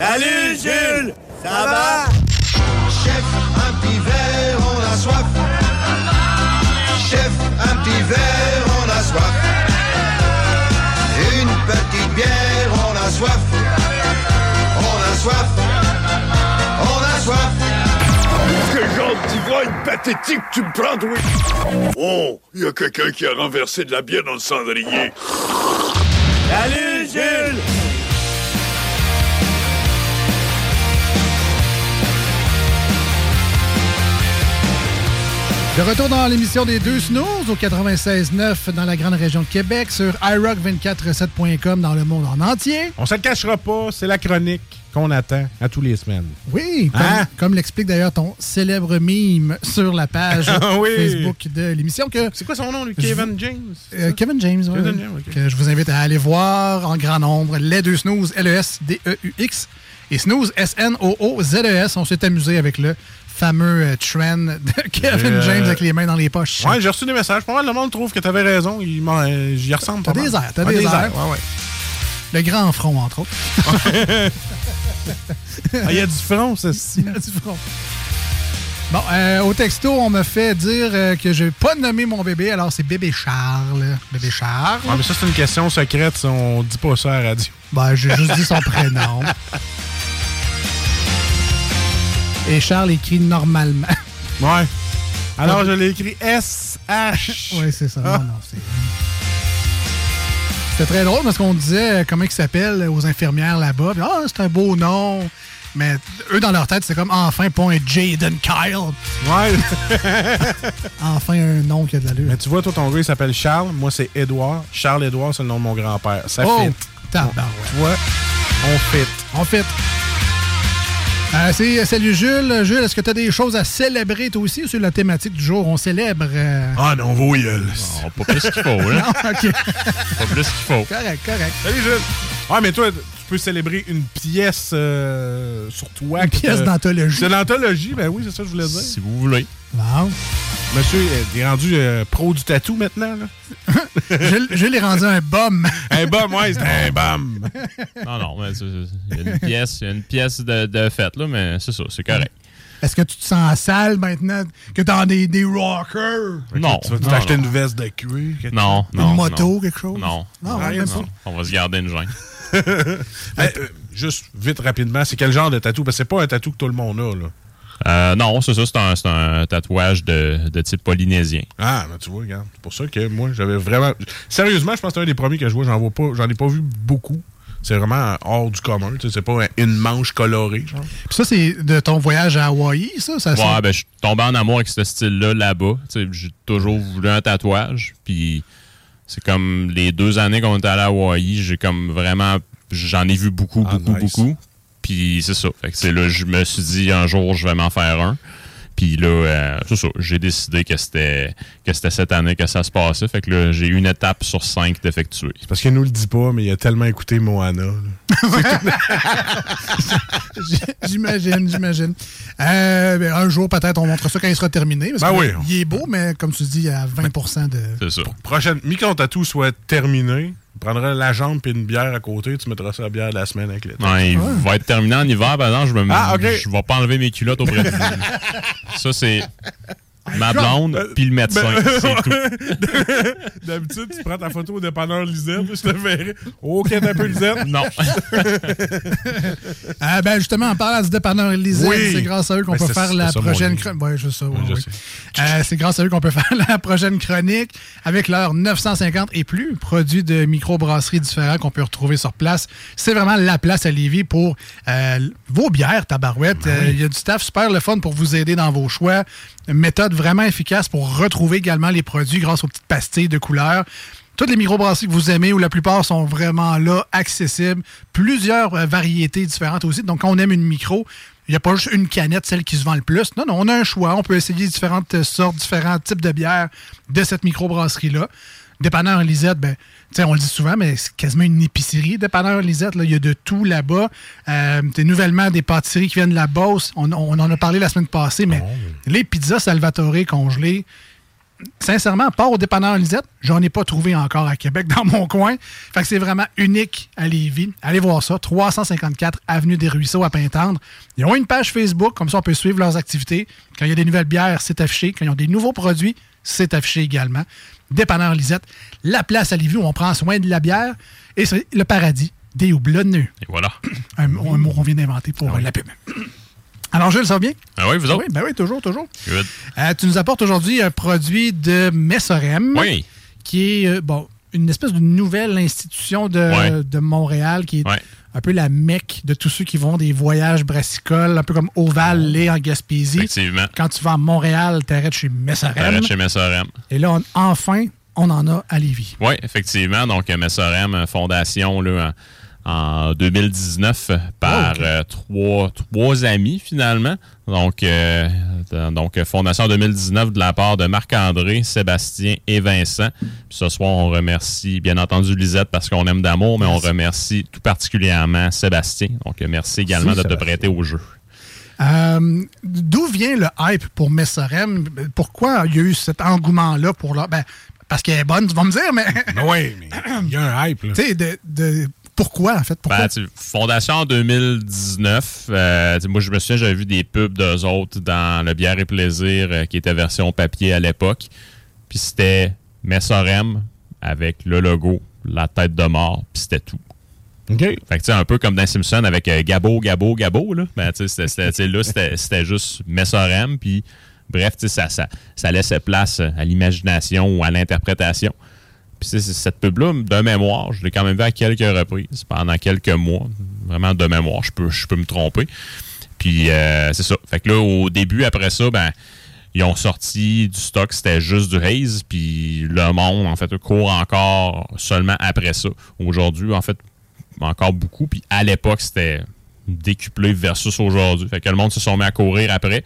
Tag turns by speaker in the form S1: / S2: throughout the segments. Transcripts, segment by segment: S1: Salut Jules, ça va Chef, un petit verre, on a soif. Chef, un petit verre, on a soif. Une petite bière, on a soif. On a soif. On a soif.
S2: Quel genre d'ivrogne pathétique tu me prends, oui Oh, il y a quelqu'un qui a renversé de la bière dans le cendrier.
S1: Salut Jules
S3: De retour dans l'émission des deux snooze au 96.9 dans la grande région de Québec sur iRock247.com dans le monde en entier.
S4: On se le cachera pas, c'est la chronique qu'on attend à tous les semaines.
S3: Oui, comme,
S4: Hein?
S3: comme l'explique d'ailleurs ton célèbre mime sur la page
S4: Ah oui.
S3: Facebook de l'émission que
S4: C'est quoi son nom, lui?
S3: Kevin
S4: Kevin James?
S3: euh, Kevin James, ouais,
S4: Kevin James, ok.
S3: que je vous invite à aller voir en grand nombre les deux snooze E L-E-S-D-E-U-X et snooze S-N-O-O-Z-E-S. E On s'est amusé avec le fameux euh, trend de Kevin
S4: Euh,
S3: James avec les mains dans les poches.
S4: Ouais, j'ai reçu des messages. Pas mal de monde trouve que t'avais raison. Il m'en- euh, J'y ressemble
S3: T'as
S4: pas mal.
S3: des airs, t'as
S4: Ouais,
S3: des airs.
S4: ouais, ouais.
S3: Le grand front, entre autres.
S4: Ah, Il y a du front, ça. si.
S3: Du front. Bon, euh, au texto, on me fait dire euh, que je n'ai pas nommé mon bébé, alors c'est bébé Charles. Bébé Charles.
S4: Ouais, Ah, mais ça, c'est une question secrète. ça. On dit pas ça à la radio.
S3: Ben, j'ai juste dit son prénom. Et Charles écrit normalement.
S4: Ouais. Alors, je l'ai écrit S-H.
S3: oui, c'est ça. Ah. Non, non, c'est. C'était très drôle parce qu'on disait euh, comment il s'appelle aux infirmières là-bas. Puis, Ah, c'est un beau nom. Mais eux, dans leur tête, c'est comme enfin pas un Jaden Kyle.
S4: Ouais.
S3: Enfin un nom qui a de l'allure.
S4: mais tu vois, toi, ton gars, il s'appelle Charles. Moi, c'est Édouard. Charles-Édouard, c'est le nom de mon grand-père. Ça
S3: Oh,
S4: fit.
S3: tabarouette.
S4: Tu vois, on fit.
S3: On fait. Euh, c'est- salut Jules. Jules, est-ce que tu as des choses à célébrer toi aussi ou sur la thématique du jour? On célèbre. euh,
S4: Ah non, vous, il
S5: Ah,
S6: pas plus qu'il faut, hein?
S3: Ah, OK.
S6: Pas plus qu'il faut.
S3: Correct, correct.
S4: Salut, Jules. Ouais, mais toi, tu peux célébrer une pièce euh, sur toi.
S3: Une
S4: que-
S3: pièce d'anthologie.
S4: C'est l'anthologie, ben oui, c'est ça que je voulais dire.
S6: vous voulez.
S3: Wow.
S4: Monsieur, euh, t'es rendu euh, pro du tatou maintenant, là?
S3: Jules, Jules est rendu un bum.
S4: Un bum, ouais, c'est un bum.
S5: Non, non, mais c'est- c'est- il y a une pièce, il y a une pièce de, de fête, là, mais c'est ça, c'est correct.
S3: Est-ce que tu te sens sale maintenant que t'as des, des rockers?
S5: Non.
S4: Tu vas
S5: non,
S4: t'acheter
S5: non.
S4: une veste de cuir? quelque
S5: Non,
S3: Une
S5: non.
S3: moto,
S5: non.
S3: quelque chose?
S5: Non.
S3: Non,
S5: Non,
S3: même
S5: non.
S3: pas.
S5: On va se garder une jungle.
S4: chose? Ben, euh, juste vite, rapidement, c'est quel genre de tatou? Parce que c'est pas un tatou que tout le monde a, là.
S5: Euh, non, c'est ça, c'est un, c'est un tatouage de, de type polynésien.
S4: Ah, ben tu vois, regarde. C'est pour ça que moi, j'avais vraiment. Sérieusement, je pense que c'est un des premiers que je vois. J'en vois pas. J'en ai pas vu beaucoup. C'est vraiment hors du commun. tu sais, C'est pas un- une manche colorée, genre.
S3: Puis ça, c'est de ton voyage à Hawaï, ça?
S4: Ah,
S3: ça
S5: Ouais,
S3: ça-
S5: ben, je suis tombé en amour avec ce style-là, là-bas. Tu sais, J'ai toujours voulu un tatouage, puis c'est comme les deux années qu'on était allé à Hawaï, j'ai comme vraiment, j'en ai vu beaucoup,
S4: Ah,
S5: beaucoup,
S4: nice.
S5: beaucoup. Puis c'est ça. Fait que c'est là, je me suis dit, un jour, je vais m'en faire un. Puis là, euh, c'est ça, j'ai décidé que c'était que c'était cette année que ça se passait. Fait que là, j'ai une étape sur cinq d'effectuer.
S4: Parce qu'il nous le dit pas, mais il a tellement écouté Moana. là.
S3: J'imagine, j'imagine. Euh, ben, un jour, peut-être, on montre ça quand il sera terminé. Parce
S4: Ben
S3: que
S4: oui.
S3: Il est beau, mais comme tu dis, à 20 de.
S5: C'est ça.
S4: Prochaine, mi quand tatou soit terminé, tu prendras la jambe et une bière à côté, tu mettras ça la bière de la semaine avec les
S5: Non, il va être terminé en hiver, par exemple, je me
S4: Ah, ok.
S5: je vais pas enlever mes culottes auprès de vous. ça, c'est ma blonde, puis le médecin.
S4: Ben-
S5: C'est tout.
S4: D'habitude, tu prends ta photo au dépanneur Lisette, je te verrai. Ok, t'es un peu Lisette.
S5: Non.
S3: Ah ben justement, en parlant du dépanneur Lisette,
S4: Oui.
S3: c'est grâce à eux qu'on
S4: Ben,
S3: peut
S4: c'est-
S3: faire
S4: c'est
S3: la
S4: ça, mon
S3: prochaine
S4: livre.
S3: chronique. Ouais, je sais, ouais, oui. Euh, c'est grâce à eux qu'on peut faire la prochaine chronique avec leurs 950 et plus produits de microbrasseries différents qu'on peut retrouver sur place. C'est vraiment la place à Lévis pour euh, vos bières, tabarouette.
S4: Ben
S3: Euh, Il y a du staff super le fun pour vous aider dans vos choix. Une méthode vraiment efficace pour retrouver également les produits grâce aux petites pastilles de couleurs. Toutes les microbrasseries que vous aimez ou la plupart sont vraiment là, accessibles. Plusieurs euh, variétés différentes aussi. Donc, quand on aime une micro, il n'y a pas juste une canette, celle qui se vend le plus. Non, non, on a un choix. On peut essayer différentes euh, sortes, différents types de bières de cette microbrasserie-là. Dépanneur Lisette, ben, tu sais, on le dit souvent, mais c'est quasiment une épicerie. Dépanneur Lisette, là, il y a de tout là-bas. Euh, t'as nouvellement des pâtisseries qui viennent de la Beauce. On, on en a parlé la semaine passée, mais les pizzas Salvatore congelées, sincèrement, à part au dépanneur Lisette, j'en ai pas trouvé encore à Québec dans mon coin. Fait que c'est vraiment unique à Lévis. Allez voir ça, 354 Avenue des Ruisseaux à Pintendre. Ils ont une page Facebook, comme ça on peut suivre leurs activités. Quand il y a des nouvelles bières, c'est affiché. Quand ils ont des nouveaux produits, c'est affiché également. Dépanneur Lisette, la place à Lévis où on prend soin de la bière et c'est le paradis des houblonneux.
S5: Et voilà.
S3: Un, un mot qu'on vient d'inventer pour euh, la pub. Alors Jules, ça va bien?
S5: Ah oui, vous
S3: Ah
S5: autres?
S3: oui, ben oui, toujours, toujours.
S5: Good.
S3: Euh, tu nous apportes aujourd'hui un produit de Messorem,
S5: Oui.
S3: qui est euh, bon, une espèce de nouvelle institution de,
S5: Ouais.
S3: de Montréal, qui est
S5: Ouais.
S3: un peu la mecque de tous ceux qui vont des voyages brassicoles, un peu comme Oval, Lé en Gaspésie.
S5: Ah. Effectivement.
S3: Quand tu vas à Montréal, t'arrêtes chez Messorem.
S5: Arrête chez MSRM.
S3: Et là, on- enfin, on en a à Lévis.
S5: Oui, effectivement. Donc, euh, MSRM euh, Fondation, là, en, en 2019, euh, par euh, trois, trois amis, finalement. Donc, euh, euh, donc, euh, Fondation 2019 de la part de Marc-André, Sébastien et Vincent. Puis ce soir, on remercie, bien entendu, Lisette parce qu'on aime d'amour, mais on remercie tout particulièrement Sébastien. Donc, euh, merci également de te prêter au jeu.
S3: Euh, D'où vient le hype pour Messorem? Pourquoi il y a eu cet engouement-là pour leur... Ben, parce qu'elle est bonne, tu vas me dire, mais...
S4: Ben oui, mais il y a un hype. Là.
S3: tu sais, de, de- pourquoi, en fait? Pourquoi?
S5: Ben, tu- fondation en 2019. euh, tu sais, moi, je me souviens, j'avais vu des pubs d'eux autres dans Le Bière et Plaisir, euh, qui était version papier à l'époque. Puis c'était Messorem avec le logo, la tête de mort, puis c'était tout.
S4: OK.
S5: Fait que, tu sais, un peu comme dans Simpson avec euh, Gabo, Gabo, Gabo, là. Ben, tu sais, c'était- c'était- tu sais, là, c'était- c'était juste Messorem, puis bref, tu sais, ça, ça, ça laissait place à l'imagination ou à l'interprétation. Puis, tu sais, c'est- cette pub-là, de mémoire, je l'ai quand même vu à quelques reprises pendant quelques mois. Vraiment de mémoire, je peux, je peux me tromper. Puis, euh, c'est ça. Fait que là, au début, après ça, ben, ils ont sorti du stock, c'était juste du haze, puis le monde, en fait, court encore seulement après ça. Aujourd'hui, en fait, encore beaucoup. Puis à l'époque, c'était décuplé versus aujourd'hui. Fait que le monde se sont mis à courir après.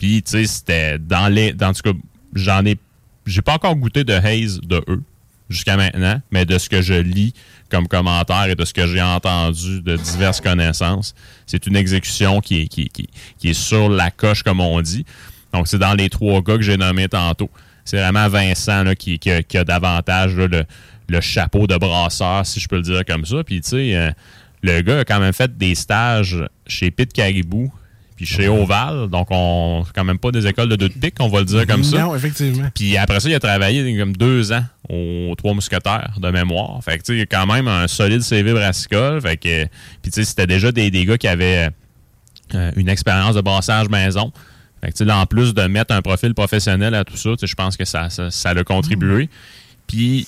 S5: Puis, tu sais, c'était dans les. Dans, en tout cas, j'en ai. J'ai pas encore goûté de haze de eux jusqu'à maintenant, mais de ce que je lis comme commentaire et de ce que j'ai entendu de diverses connaissances, c'est une exécution qui est, qui, est- qui est- qui est sur la coche, comme on dit. Donc, c'est dans les trois gars que j'ai nommés tantôt. C'est vraiment Vincent là, qui, qui a, qui a davantage là, le, le chapeau de brasseur, si je peux le dire comme ça. Puis, tu sais, euh, le gars a quand même fait des stages chez Pit Caribou puis chez Oval. Donc, on quand même pas des écoles de deux de pique, on va le dire comme ça.
S4: Non, effectivement.
S5: Puis après ça, il a travaillé comme deux ans aux Trois Mousquetaires de mémoire. Fait que, tu sais, il a quand même un solide CV brassicole. Fait que, euh, puis tu sais, c'était déjà des, des gars qui avaient euh, une expérience de brassage maison. Fait que, tu sais, là, en plus de mettre un profil professionnel à tout ça, tu sais, je pense que ça, ça, ça l'a contribué. Puis,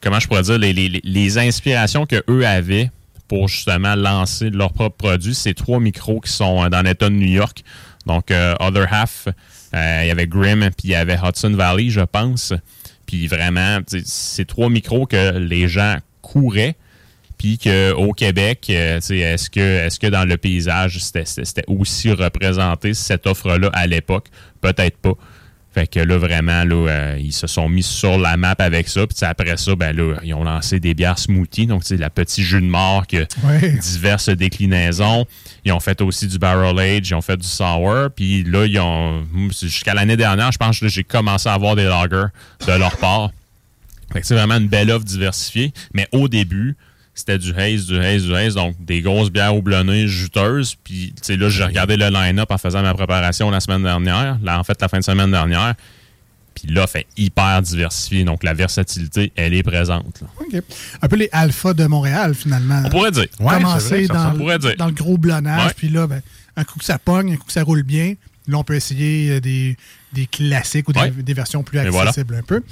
S5: comment je pourrais dire, les, les- les- les inspirations que eux avaient pour justement lancer leurs propres produits, c'est trois micros qui sont euh, dans l'État de New York. Donc, euh, Other Half, euh, il y avait Grimm, puis il y avait Hudson Valley, je pense. Puis vraiment, tu sais, c'est trois micros que les gens couraient. Puis qu'au Québec, euh, tu sais, est-ce que, est que dans le paysage, c'était- c'était c'était aussi représenté cette offre-là à l'époque? Peut-être pas. Fait que là, vraiment, là, euh, ils se sont mis sur la map avec ça. Puis tu sais, après ça, ben là, ils ont lancé des bières smoothies. Donc, c'est la petite jus de mort que
S3: Ouais.
S5: diverses déclinaisons. Ils ont fait aussi du barrel age, ils ont fait du sour. Puis là, ils ont. Jusqu'à l'année dernière, je pense que j'ai commencé à avoir des lagers de leur part. Fait que c'est vraiment une belle offre diversifiée. Mais au début, c'était du haze, du haze, du haze, donc des grosses bières houblonnées, juteuses. Puis, tu sais, là, j'ai regardé le line-up en faisant ma préparation la semaine dernière, là, en fait, la fin de semaine dernière. Puis là, fait hyper diversifié, donc la versatilité, elle est présente. là.
S3: OK. Un peu les alphas de Montréal, finalement.
S4: Ah,
S5: On pourrait dire. Ouais, c'est vrai,
S3: Commencer
S5: ça
S3: dans,
S5: ressemble. On pourrait
S3: le-
S5: dire.
S3: dans le gros blonnage,
S5: Ouais.
S3: puis là, ben, un coup que ça pogne, un coup que ça roule bien. Là, on peut essayer euh, des, des classiques ou des,
S5: Ouais.
S3: des versions plus
S5: Et voilà.
S3: accessibles un peu.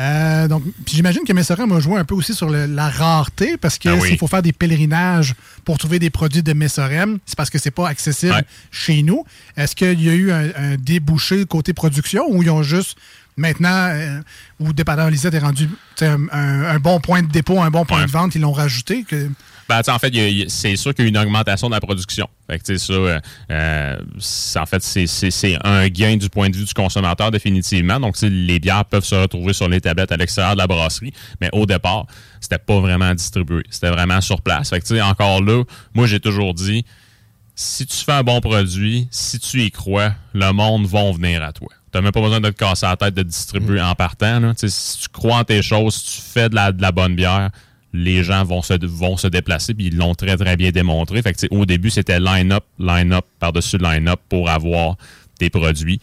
S3: Euh, donc, puis j'imagine que Messerin m'a joué un peu aussi sur le- la rareté, parce que
S5: Ah
S3: s'il
S5: oui.
S3: faut faire des pèlerinages pour trouver des produits de Messorem, c'est parce que c'est pas accessible
S5: Ouais.
S3: chez nous. Est-ce qu'il y a eu un, un débouché côté production ou ils ont juste maintenant, euh, ou Dépendant Lisette est rendu tu sais, un, un- un bon point de dépôt, un bon point
S5: Ouais.
S3: de vente, ils l'ont rajouté? Que...
S5: Ben, tu sais, en fait, il y a- il y a- c'est sûr qu'il y a une augmentation de la production. Fait que, tu sais, ça, euh, euh, c'est- en fait, c'est- c'est c'est un gain du point de vue du consommateur, définitivement. Donc, tu sais, les bières peuvent se retrouver sur les tablettes à l'extérieur de la brasserie. Mais au départ, c'était pas vraiment distribué. C'était vraiment sur place. Fait que, tu sais, encore là, moi, j'ai toujours dit, si tu fais un bon produit, si tu y crois, le monde va venir à toi. Tu n'as même pas besoin de te casser la tête de te distribuer en partant. là. Tu sais, Si tu crois en tes choses, si tu fais de la, de la bonne bière, les gens vont se, vont se déplacer, puis ils l'ont très, très bien démontré. Fait que, tu sais, au début, c'était line-up, line-up, par-dessus line-up pour avoir tes produits.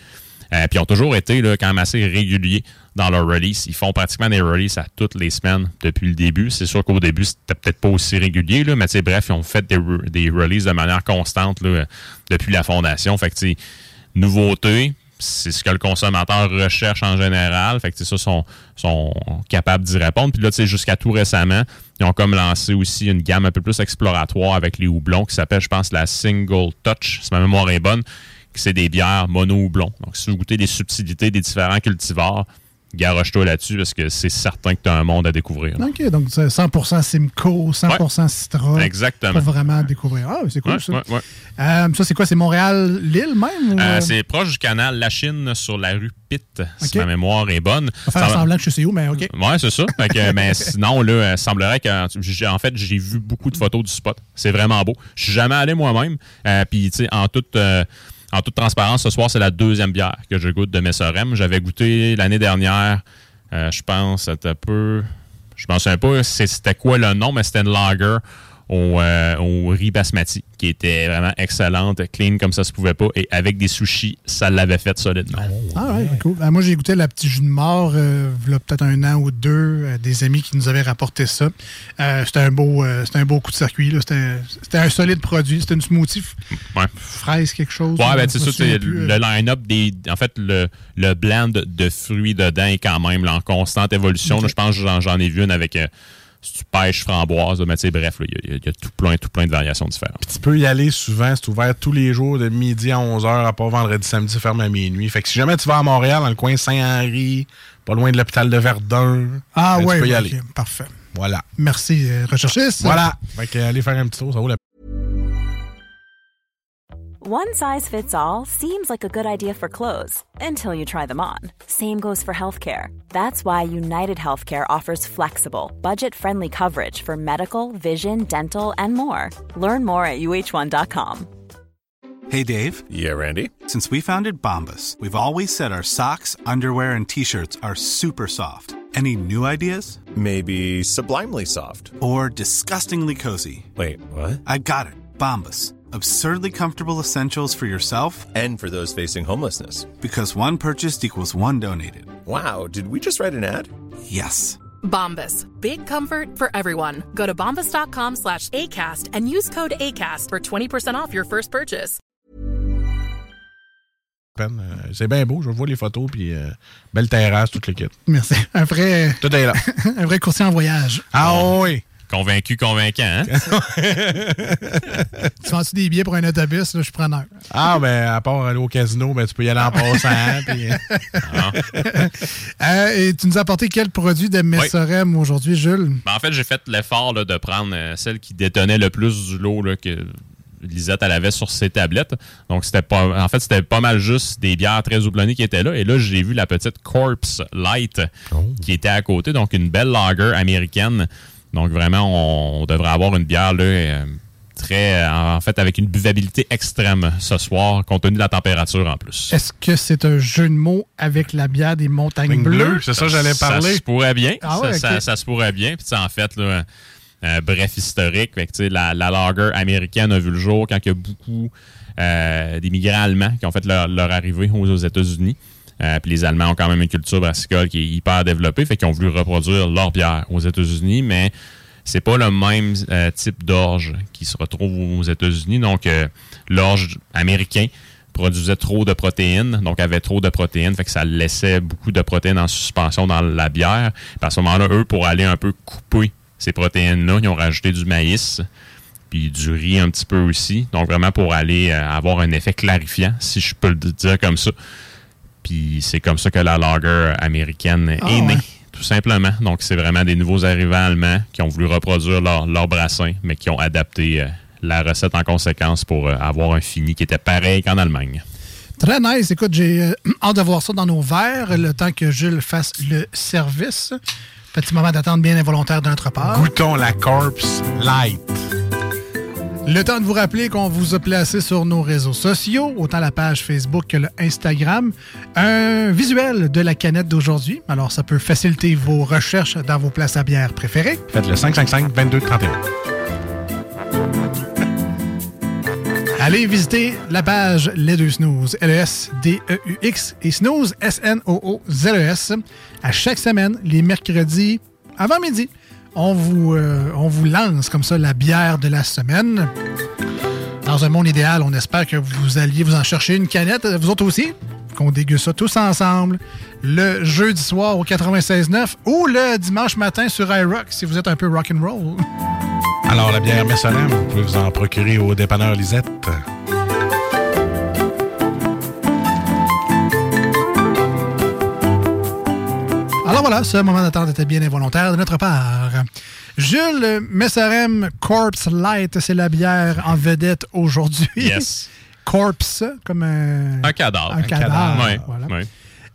S5: Euh, puis ils ont toujours été là, quand même assez réguliers dans leur release. Ils font pratiquement des releases à toutes les semaines depuis le début. C'est sûr qu'au début, c'était peut-être pas aussi régulier, là, mais tu sais, bref, ils ont fait des, re- des releases de manière constante là, euh, depuis la fondation. Fait que tu sais, nouveauté, c'est ce que le consommateur recherche en général. Fait que tu sais, ça, sont, sont capables d'y répondre. Puis là, tu sais, jusqu'à tout récemment, ils ont comme lancé aussi une gamme un peu plus exploratoire avec les houblons qui s'appelle, je pense, la Single Touch, si ma mémoire est bonne que c'est des bières mono-houblon. Donc, si vous goûtez les subtilités des différents cultivars, garoche-toi là-dessus parce que c'est certain que tu as un monde à découvrir.
S3: OK, donc c'est 100% Simcoe, 100% Citra.
S5: Exactement.
S3: Pour vraiment découvrir. Ah, c'est cool
S5: Ouais,
S3: ça.
S5: ouais, ouais.
S3: Euh, ça, c'est quoi? C'est Montréal-Lille même? ou,
S5: Euh,
S3: euh,
S5: c'est proche du canal La Chine sur la rue Pitt,
S3: Ok.
S5: si ma mémoire est bonne.
S3: on va faire
S5: Ça-
S3: semblant que je sais où, mais OK.
S5: Ouais, c'est ça. Fait que, mais sinon, là, euh, semblerait que. euh, j'ai- En fait, j'ai vu beaucoup de photos du spot. C'est vraiment beau. Je suis jamais allé moi-même. Euh, Puis, tu sais, en toute. euh, en toute transparence, ce soir, c'est la deuxième bière que je goûte de Messorem. J'avais goûté l'année dernière, euh, je pense, c'était un peu. Je m'en souviens pas c'est- c'était quoi le nom, mais c'était une lager au, euh, au riz basmati, qui était vraiment excellente, clean comme ça se pouvait pas, et avec des sushis, ça l'avait fait solidement.
S3: Ah ouais, cool. Ben, moi, j'ai goûté la petite jus de mort, euh, v'là peut-être un an ou deux, euh, des amis qui nous avaient rapporté ça. Euh, c'était un beau, euh, c'était un beau coup de circuit. là. C'était, c'était un solide produit. C'était une smoothie f-
S5: Ouais.
S3: fraise quelque chose.
S5: Ouais,
S3: là,
S5: ben,
S3: je
S5: c'est
S3: me
S5: ça,
S3: souviens
S5: c'est
S3: plus, euh.
S5: le line-up des. En fait, le, le blend de fruits dedans est quand même là, en constante évolution. là. je pense que j'en- j'en ai vu une avec euh, si tu pêches framboise, là, mais tu sais, bref, là, il y, a- il y a tout plein, tout plein de variations différentes.
S4: Tu peux y aller souvent, c'est ouvert tous les jours de midi à 11h, à part vendredi, samedi, ferme à minuit. Fait que si jamais tu vas à Montréal, dans le coin Saint-Henri, pas loin de l'hôpital de Verdun,
S3: Ah
S4: ben,
S3: ouais,
S4: tu peux y
S3: ouais,
S4: aller.
S3: ok, parfait.
S4: Voilà.
S3: Merci, euh, recherchiste.
S4: Voilà. Fait que, euh, allez faire un petit tour, ça vaut la
S7: One size fits all seems like a good idea for clothes until you try them on. Same goes for healthcare. That's why United Healthcare offers flexible, budget friendly coverage for medical, vision, dental, and more. Learn more at uh1.com.
S8: Hey, Dave.
S6: Yeah, Randy.
S8: Since we founded Bombus, we've always said our socks, underwear, and t shirts are super soft. Any new ideas?
S6: Maybe sublimely soft.
S8: Or disgustingly cozy.
S6: Wait, what?
S8: I got it. Bombus. Absurdly comfortable essentials for yourself
S6: And for those facing homelessness.
S8: because one purchased equals one donated.
S6: Wow, did we just write an ad?
S8: Yes.
S9: Bombas. Big comfort for everyone. Go to bombas.com slash ACAST and use code ACAST for 20% off your first purchase.
S4: peine. Euh, c'est bien beau, je vois les photos, puis euh, belle terrasse, toute l'équipe.
S3: Merci. Un vrai,
S4: Tout est là.
S3: un vrai courtier en voyage.
S4: Ah oui!
S5: Convaincu, convaincant, hein?
S3: Tu vends-tu des billets pour un autobus? Là, je suis preneur.
S4: Ah, ben, à part aller au casino, ben, tu peux y aller en passant. puis, euh,
S3: Euh, et tu nous as apporté quel produit de Messorem aujourd'hui, Jules?
S5: Ben, en fait, j'ai fait l'effort là, de prendre euh, celle qui détenait le plus du lot là, que Lisette elle avait sur ses tablettes. Donc, c'était pas, en fait, c'était pas mal juste des bières très houblonnées qui étaient là. Et là, j'ai vu la petite Corpse Light qui était à côté. Donc, une belle lager américaine. Donc, vraiment, on, on devrait avoir une bière là, euh, très, euh, en fait, avec une buvabilité extrême ce soir, compte tenu de la température en plus.
S3: Est-ce que c'est un jeu de mots avec la bière des montagnes
S4: Ligne
S3: bleues?
S4: bleue, c'est ça que j'allais
S5: Ça
S4: parler.
S5: se pourrait bien.
S3: Ah
S5: ça,
S3: ouais,
S5: ça-
S3: ok.
S5: ça se pourrait bien. Puis, tu sais, en fait, là, euh, bref historique. Fait que, tu sais, la, la lager américaine a vu le jour quand il y a beaucoup euh, des migrants allemands qui ont fait leur, leur arrivée aux, aux États-Unis. Euh, puis les Allemands ont quand même une culture brassicole qui est hyper développée, fait qu'ils ont voulu reproduire leur bière aux États-Unis, mais c'est pas le même euh, type d'orge qui se retrouve aux États-Unis. Donc, euh, l'orge américain produisait trop de protéines, donc avait trop de protéines, fait que ça laissait beaucoup de protéines en suspension dans la bière. Puis à ce moment-là, eux, pour aller un peu couper ces protéines-là, ils ont rajouté du maïs, puis du riz un petit peu aussi. Donc, vraiment pour aller euh, avoir un effet clarifiant, si je peux le dire comme ça. Puis c'est comme ça que la lager américaine est
S3: Ah,
S5: née
S3: ouais.
S5: tout simplement. Donc, c'est vraiment des nouveaux arrivants allemands qui ont voulu reproduire leur, leur brassin, mais qui ont adapté euh, la recette en conséquence pour euh, avoir un fini qui était pareil qu'en Allemagne.
S3: Très nice. Écoute, j'ai euh, hâte de voir ça dans nos verres le temps que Jules fasse le service. Petit moment d'attente bien involontaire de notre part.
S8: Goûtons la Corpse Light.
S3: Le temps de vous rappeler qu'on vous a placé sur nos réseaux sociaux, autant la page Facebook que le Instagram, un visuel de la canette d'aujourd'hui. Alors, ça peut faciliter vos recherches dans vos places à bière préférées.
S4: Faites le 555-2231.
S3: Allez visiter la page Les Deux Snooze, E L-E-S-D-E-U-X et Snooze, S-N-O-O-Z-E-S. E À chaque semaine, les mercredis avant midi, on vous, euh, on vous lance comme ça la bière de la semaine. Dans un monde idéal, on espère que vous alliez vous en chercher une canette, euh, vous autres aussi, qu'on déguste ça tous ensemble le jeudi soir au 96.9 ou le dimanche matin sur iRock si vous êtes un peu rock'n'roll.
S4: Alors, la bière Messalem, vous pouvez vous en procurer au dépanneur Lisette.
S3: Alors voilà, ce moment d'attente était bien involontaire de notre part. Jules Messerem Corpse Light, c'est la bière en vedette aujourd'hui.
S5: Yes.
S3: Corpse, comme un...
S5: Un cadavre.
S3: Un cadavre,
S5: Ouais,
S3: voilà.
S5: ouais.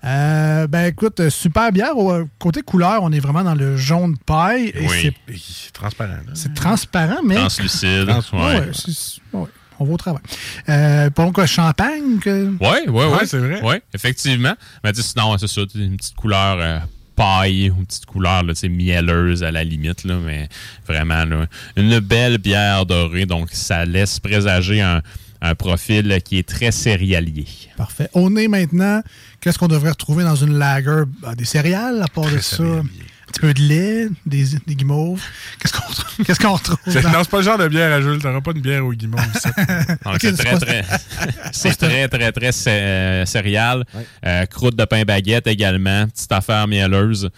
S3: Euh, ben écoute, super bière. Au- euh, Côté couleur, on est vraiment dans le jaune paille. Et
S5: Oui.
S3: c'est-
S4: Transparent. hein? là.
S3: C'est transparent, mais...
S5: Translucide.
S3: Ouais,
S5: ouais.
S3: ouais, c'est- ouais, on va au travail. Euh, pour quoi, champagne? Que...
S5: Oui, oui, oui.
S3: Ouais, c'est vrai.
S5: Oui, effectivement. Mais tu sais, sinon, c'est ça, tu sais, une petite couleur euh, paille ou une petite couleur là, tu sais, mielleuse à la limite, là, mais vraiment, là, une belle bière dorée. Donc, ça laisse présager un, un profil qui est très céréalier.
S3: Parfait. Au nez maintenant, qu'est-ce qu'on devrait retrouver dans une lager? Ben, des céréales, à part de ça. Un petit peu de lait, des, des guimauves. Qu'est-ce qu'on retrouve, qu'est-ce qu'on retrouve
S4: C'est-
S3: dans-
S4: Non, c'est pas le genre de bière à Jules. T'auras pas une bière au guimauve. ici. Ok,
S5: Donc, Ah, c'est
S4: c'est
S5: très,
S4: pas-
S5: très, c'est très, très, très cé- euh, céréales. Euh, croûte de pain baguette également. Petite affaire mielleuse.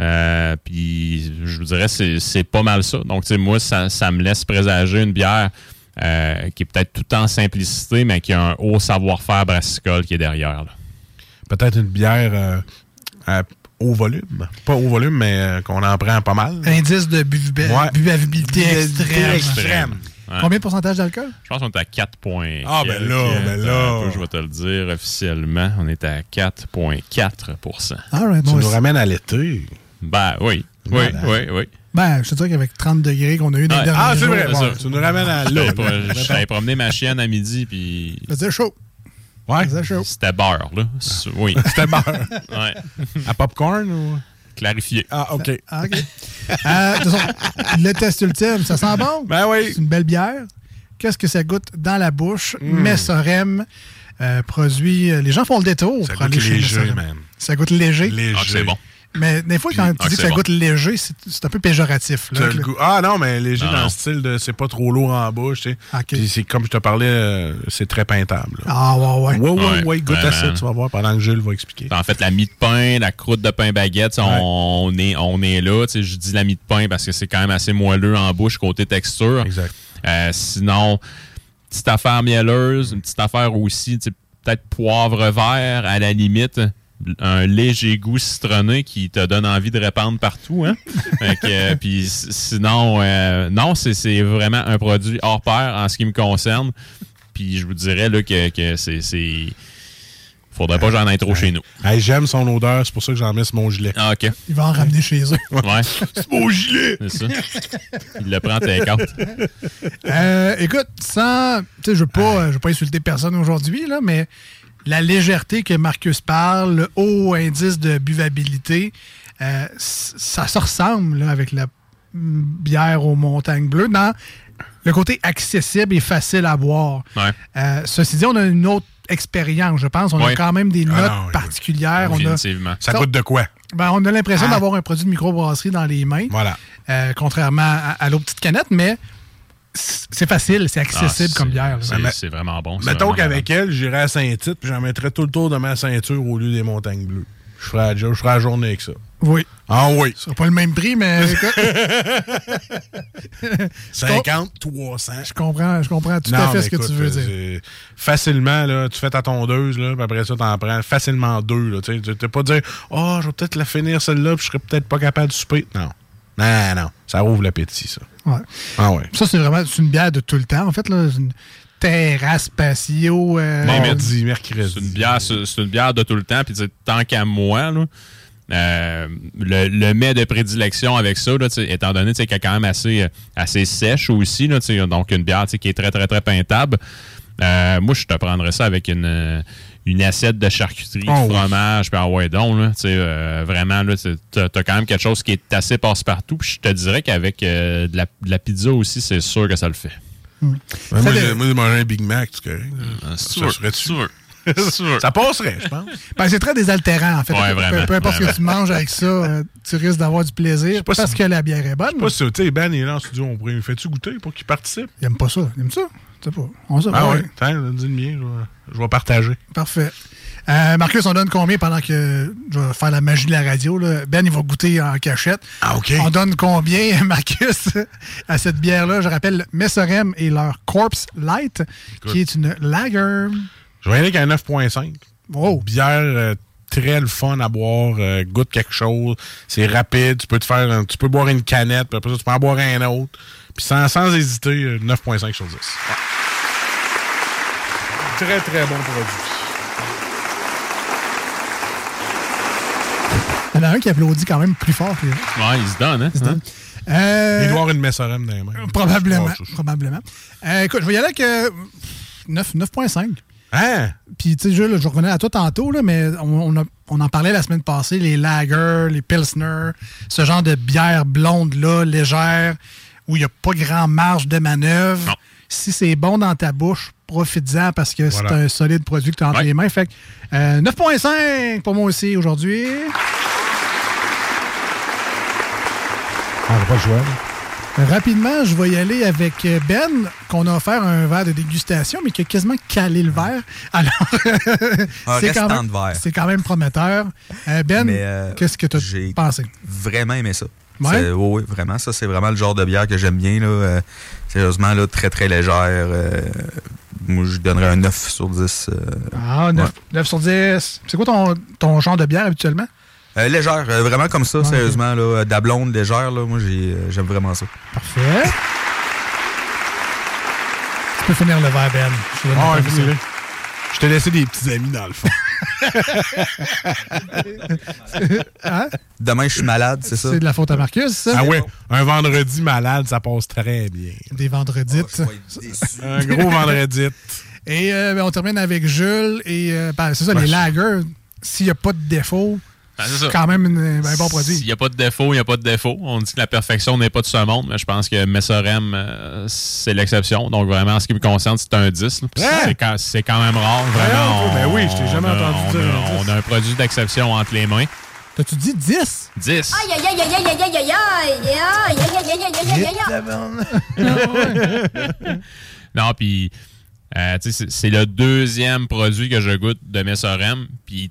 S5: Euh, puis, je vous dirais, c'est c'est pas mal ça. Donc, tu sais, moi, ça, ça me laisse présager une bière euh, qui est peut-être tout en simplicité, mais qui a un haut savoir-faire brassicole qui est derrière. là.
S4: Peut-être une bière euh, à- au volume. Pas au volume, mais euh, qu'on en prend pas mal.
S3: Indice de buvabilité
S4: Ouais.
S3: buvabilité
S4: Buvabilité
S3: extrême.
S4: extrême.
S5: Ouais.
S3: Combien de pourcentage d'alcool?
S5: Je pense qu'on est à 4 points.
S4: Ah, ben
S5: quelques.
S4: là, ben là.
S5: Un peu, je vais te le dire officiellement. On est à 4,4
S3: All right,
S4: Tu
S3: bon,
S4: nous
S3: c'est-
S4: ramènes à l'été.
S5: Ben oui. Oui,
S4: Voilà.
S5: oui, oui.
S3: Ben, je te dirais qu'avec 30 degrés qu'on a eu dans les
S5: Ouais.
S3: derniers
S4: Ah, c'est
S3: jours,
S4: vrai.
S3: bon,
S4: Bon, tu nous ramènes à
S5: Je
S4: Ah, là.
S5: t'avais pas-
S4: là.
S5: je t'avais promené ma chienne à midi, puis
S3: ça faisait chaud.
S4: Ouais. Ah.
S3: Ça faisait chaud.
S5: c'était beurre, là. C'est- Oui.
S4: C'était beurre.
S5: Ouais.
S4: À popcorn ou.
S5: Clarifié.
S4: Ah, OK.
S3: Ah, OK. Euh, de toute façon, le test ultime, ça sent bon.
S4: Ben oui.
S3: C'est une belle bière. Qu'est-ce que ça goûte dans la bouche?
S4: Hmm.
S3: Messorem euh, produit. euh, les gens font le détour
S4: Ça
S3: pour
S4: goûte
S3: aller chez
S4: léger,
S3: Messorem.
S4: man.
S3: Ça goûte léger.
S4: Léger.
S5: Ah, c'est bon.
S3: Mais des fois,
S5: Puis-
S3: quand
S5: ah,
S3: tu dis que
S5: c'est
S3: ça
S5: bon.
S3: goûte léger, c'est c'est un peu péjoratif. là.
S4: T'as le goût- Ah non, mais léger
S5: Non,
S4: dans
S5: non.
S4: le style de c'est pas trop lourd en bouche. tu sais.
S3: OK.
S4: Puis c'est comme je te parlais, euh, c'est très peintable. là.
S3: Ah, ouais, ouais.
S4: Ouais, ouais, ouais,
S5: Ouais,
S4: goûte à ça,
S5: vraiment.
S4: tu vas voir pendant que Jules va expliquer.
S5: En fait, la mie de pain, la croûte de pain baguette, on, on est, on est là. Tu sais, je dis la mie de pain parce que c'est quand même assez moelleux en bouche côté texture.
S4: Exact.
S5: Euh, sinon, petite affaire mielleuse, une petite affaire aussi, tu sais, peut-être poivre vert à la limite. Un léger goût citronné qui te donne envie de répandre partout. Hein? Fait que, euh, puis s- sinon, euh, non, c'est- c'est vraiment un produit hors pair en ce qui me concerne. Puis je vous dirais là, que, que c'est. c'est- Faudrait pas que j'en aille trop chez nous.
S4: Hey, J'aime son odeur, c'est pour ça que j'en mets sur mon gilet.
S5: Ah, OK.
S3: Ils vont en ramener chez eux.
S5: Ouais,
S4: C'est mon gilet!
S5: c'est ça. Il le prend tes cartes.
S3: Euh, écoute, sans. Tu sais, je veux pas, je veux pas insulter personne aujourd'hui, là, mais la légèreté que Marcus parle, le haut indice de buvabilité, euh, c- ça se ressemble là, avec la mm, bière aux montagnes bleues dans le côté accessible et facile à boire.
S5: Ouais.
S3: Euh, ceci dit, on a une autre expérience, je pense. On a
S5: Ouais.
S3: quand même des
S5: Ah
S3: notes
S5: non, oui.
S3: particulières. On a,
S5: Définitivement. Ah.
S4: Ça coûte de quoi?
S3: ben, on a l'impression
S4: Hein?
S3: d'avoir un produit de microbrasserie dans les mains.
S4: Voilà.
S3: Euh, contrairement à, à l'autre petite canette, mais c- c'est facile, c'est accessible
S5: Ah,
S3: comme bière. là.
S5: c'est- C'est vraiment Ah bon. c'est
S4: Mettons
S5: vraiment
S4: qu'avec elle, j'irai à Saint-Tite, puis j'en mettrais tout le tour de ma ceinture au lieu des montagnes bleues. Je ferais la, jo- je ferais la journée avec ça.
S3: Oui.
S4: Ah oui.
S3: Ce sera pas le même prix, mais. écoute.
S4: 50, 300.
S3: Je comprends, je comprends tout à
S4: Non,
S3: fait
S4: mais
S3: ce que
S4: écoute,
S3: tu veux
S4: euh,
S3: dire.
S4: c'est- Facilement, là, tu fais ta tondeuse, là, puis après ça, t'en prends facilement deux. Là, tu sais. Tu t'es pas dire, oh, je vais peut-être la finir celle-là, puis je serais peut-être pas capable de souper. Non. Non, non. Ça ouvre l'appétit, ça.
S3: Ouais.
S4: Ah ouais.
S3: Ça, c'est vraiment c'est une bière de tout le temps. En fait, là, c'est une terrasse, patio. euh,
S5: Mais
S4: Mardi, mercredi.
S5: C'est une bière, c'est c'est une bière de tout le temps. Puis tu sais, tant qu'à moi, là, euh, le, le mets de prédilection avec ça, là, tu sais, étant donné tu sais, qu'elle est quand même assez, euh, assez sèche aussi, là, tu sais, donc une bière tu sais, qui est très, très, très peintable. euh, moi, je te prendrais ça avec une, euh, une assiette de charcuterie,
S4: Oh,
S5: de
S4: oui.
S5: fromage, puis ah ouais, donc, là, tu sais, euh, vraiment, là, tu as quand même quelque chose qui est assez passe-partout. Puis je te dirais qu'avec euh, de, la, de la pizza aussi, c'est sûr que ça le fait.
S4: Ouais,
S3: Ça,
S4: moi,
S3: le-
S4: j'ai- moi, j'ai mangé un Big Mac, tu correct? Ça
S5: Ah, sûr,
S4: serait-tu?
S5: sûr,
S4: Ça passerait, je pense.
S3: ben, c'est très désaltérant, en fait.
S4: Ouais,
S3: Peu-
S4: vraiment,
S3: peu importe ce que
S4: vraiment.
S3: tu manges avec ça, euh, tu risques d'avoir du plaisir parce que la bière est bonne.
S4: Pas si, tu sais, Ben est là en studio, on pourrait lui faire-tu goûter pour qu'il participe?
S3: Il aime pas ça. Il aime ça. Je sais pas. On sait
S4: Ah
S3: pas.
S4: ouais, tiens, dis le mien, je vais- je vais partager.
S3: Parfait. Euh, Marcus, on donne combien pendant que je vais faire la magie de la radio? là? Ben, il va goûter en cachette.
S4: Ah, OK.
S3: On donne combien, Marcus, à cette bière-là? Je rappelle Messerem et leur Corpse Light, qui est une lager.
S4: Je vais y aller avec un 9.5.
S3: Oh!
S4: Bière euh, très le fun à boire, euh, goûte quelque chose, c'est rapide, tu peux te faire, un- tu peux boire une canette, puis après ça, tu peux en boire un autre. Puis sans, sans hésiter, euh, 9.5 sur 10. Très, très bon produit.
S3: Il y en a un qui applaudit quand même plus fort que les autres.
S5: Ouais, il se donne, hein? hein?
S3: Euh,
S4: Il doit avoir une messerem dans les mains. Ah,
S3: Probablement.
S4: Je pense, je-
S3: probablement. Euh, écoute, je vais y aller avec euh, 9 9.5.
S4: Hein?
S3: Puis, tu sais, je, là, je revenais à toi tantôt, là, mais on, on a- on en parlait la semaine passée, les lagers, les pilsner, ce genre de bière blonde-là, légère, où il n'y a pas grand marge de manœuvre. Si c'est bon dans ta bouche, profite-en parce que c'est
S4: Voilà.
S3: un solide produit que tu as entre
S5: Ouais.
S3: les mains. Fait que euh, 9.5 pour moi aussi aujourd'hui.
S4: On n'a pas le choix. là.
S3: Rapidement, je vais y aller avec Ben, qu'on a offert un verre de dégustation, mais qui a quasiment calé le verre. Alors,
S10: Un
S3: c'est quand,
S10: restant
S3: même-
S10: de verre.
S3: c'est quand même prometteur. Euh, ben,
S10: Mais, euh,
S3: qu'est-ce que tu as
S10: j'ai-
S3: pensé?
S10: vraiment aimé ça.
S3: Ouais?
S10: C'est- Oui, oui, vraiment. Ça, c'est vraiment le genre de bière que j'aime bien. Là. Euh, sérieusement, là, très, très légère. Euh, moi, je donnerais un 9 sur 10. euh,
S3: Ah, 9,
S10: ouais.
S3: sur 10. C'est quoi ton, ton genre de bière habituellement?
S10: Euh, légère, euh, vraiment comme ça,
S3: Ouais,
S10: sérieusement. Là, euh, de la blonde légère, là, moi, j'ai- euh, j'aime vraiment ça.
S3: Parfait. tu peux finir le verre, Ben. Je vais le
S4: Ah, ouais,
S3: mettre comme
S4: finis-le. Je t'ai laissé des petits amis dans le fond.
S3: Hein?
S10: Demain, je suis malade, c'est ça?
S3: C'est de la faute à Marcus, ça?
S4: Ah ouais, un vendredi malade, ça passe très bien.
S10: Ah.
S3: Des vendredis.
S4: Un gros vendredi.
S3: Et euh, ben, on termine avec Jules. Et euh, ben, c'est ça, les lagers, s'il n'y a pas de défaut,
S5: Ben, c'est
S3: c'est
S5: ça.
S3: quand même une- un ben, bon produit.
S5: S'il n'y a pas de défaut, il n'y a pas de défaut. On dit que la perfection n'est pas de ce monde, mais je pense que Messorem, euh, c'est l'exception. Donc, vraiment, en ce qui me concerne, c'est un 10. là. Puis
S4: Hein?
S5: C'est quand- C'est quand, même rare, vraiment.
S4: Ben
S5: On-
S4: oui, je t'ai jamais
S5: on a-
S4: entendu
S5: on
S4: dire
S5: a-
S4: un 10.
S5: On a un produit d'exception entre les mains.
S3: T'as-tu dit 10?
S5: 10.
S11: Aïe, aïe, aïe, aïe, aïe, aïe, aïe, aïe, aïe, aïe, aïe, aïe, aïe, aïe, aïe, aïe.
S5: Non, puis, euh, tu sais, c'est- c'est le deuxième produit que je goûte de Messorem. Puis,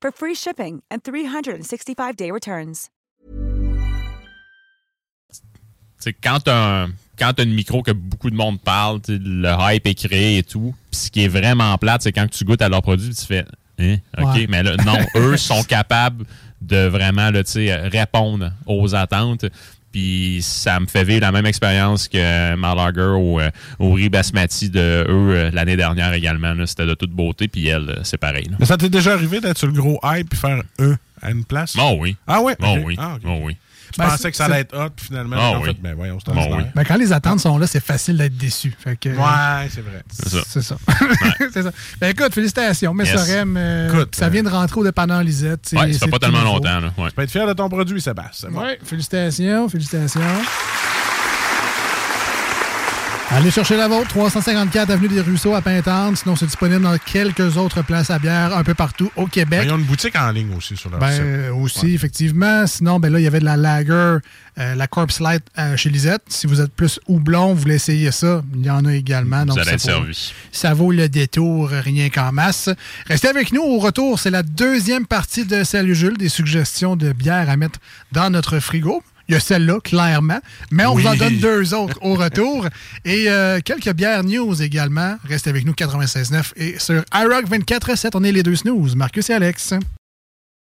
S12: for free shipping and 365-day returns.
S5: T'sais, quand t'as un- quand t'as une micro que beaucoup de monde parle, t'sais, le hype est créé et tout. Puis ce qui est vraiment plate, c'est quand tu goûtes à leur produit, tu fais Hein? OK,
S13: Ouais.
S5: mais là, non, eux sont capables de vraiment là, t'sais, répondre aux attentes. Puis ça me fait vivre la même expérience que Malaga ou, euh, ou riz basmati de eux euh, l'année dernière également. là. C'était de toute beauté, puis elle, euh, c'est pareil. là.
S4: Mais ça t'est déjà arrivé d'être sur le gros hype et faire E à une place?
S5: Bon, oui.
S4: Ah ouais?
S5: Bon,
S4: Ok.
S5: oui.
S4: Ah, ok.
S5: Bon, oui.
S4: Tu
S3: Ben,
S4: pensais que ça
S3: c'est-
S4: allait être hot, puis finalement,
S5: Ah
S4: en
S5: oui.
S4: fait, ben voyons, c'est
S5: Bon,
S4: ordinaire.
S5: oui.
S3: Ben, quand les attentes sont là, c'est facile d'être déçu. Fait que,
S4: Ouais, c'est vrai.
S5: C'est ça.
S3: C'est ça. c'est ça. Ben, écoute, félicitations, mais
S5: Yes. Écoute, euh,
S3: ça vient de rentrer au dépanneur Lisette. c'est-
S5: Ouais, ça
S3: c'est
S5: fait pas
S3: tout
S5: tellement
S3: nouveau.
S5: longtemps. Là. Ouais.
S4: Tu peux être fier de ton produit, Sébastien.
S3: Oui, félicitations, félicitations. Allez chercher la vôtre, 354 Avenue des Ruisseaux à Pintante. Sinon, c'est disponible dans quelques autres places à bière un peu partout au
S4: Ben,
S3: Québec.
S4: ils ont une boutique en ligne aussi sur leur
S3: Ben,
S4: site.
S3: euh, aussi,
S4: Ouais.
S3: effectivement. Sinon, ben là, il y avait de la lager, euh, la Corpse Light euh, chez Lisette. Si vous êtes plus houblon, vous voulez essayer ça. Il y en a également.
S5: Vous
S3: donc
S5: allez
S3: ça
S5: être
S3: vaut-
S5: servi.
S3: Ça vaut le détour, euh, rien qu'en masse. Restez avec nous au retour. C'est la deuxième partie de Salut Jules, des suggestions de bières à mettre dans notre frigo. Il y a celle-là, clairement. Mais on vous en
S4: Oui.
S3: donne deux autres au retour. Et euh, quelques bières news également. Restez avec nous, 96.9 et sur iRock 24.7. On est les deux snooze, Marcus et Alex.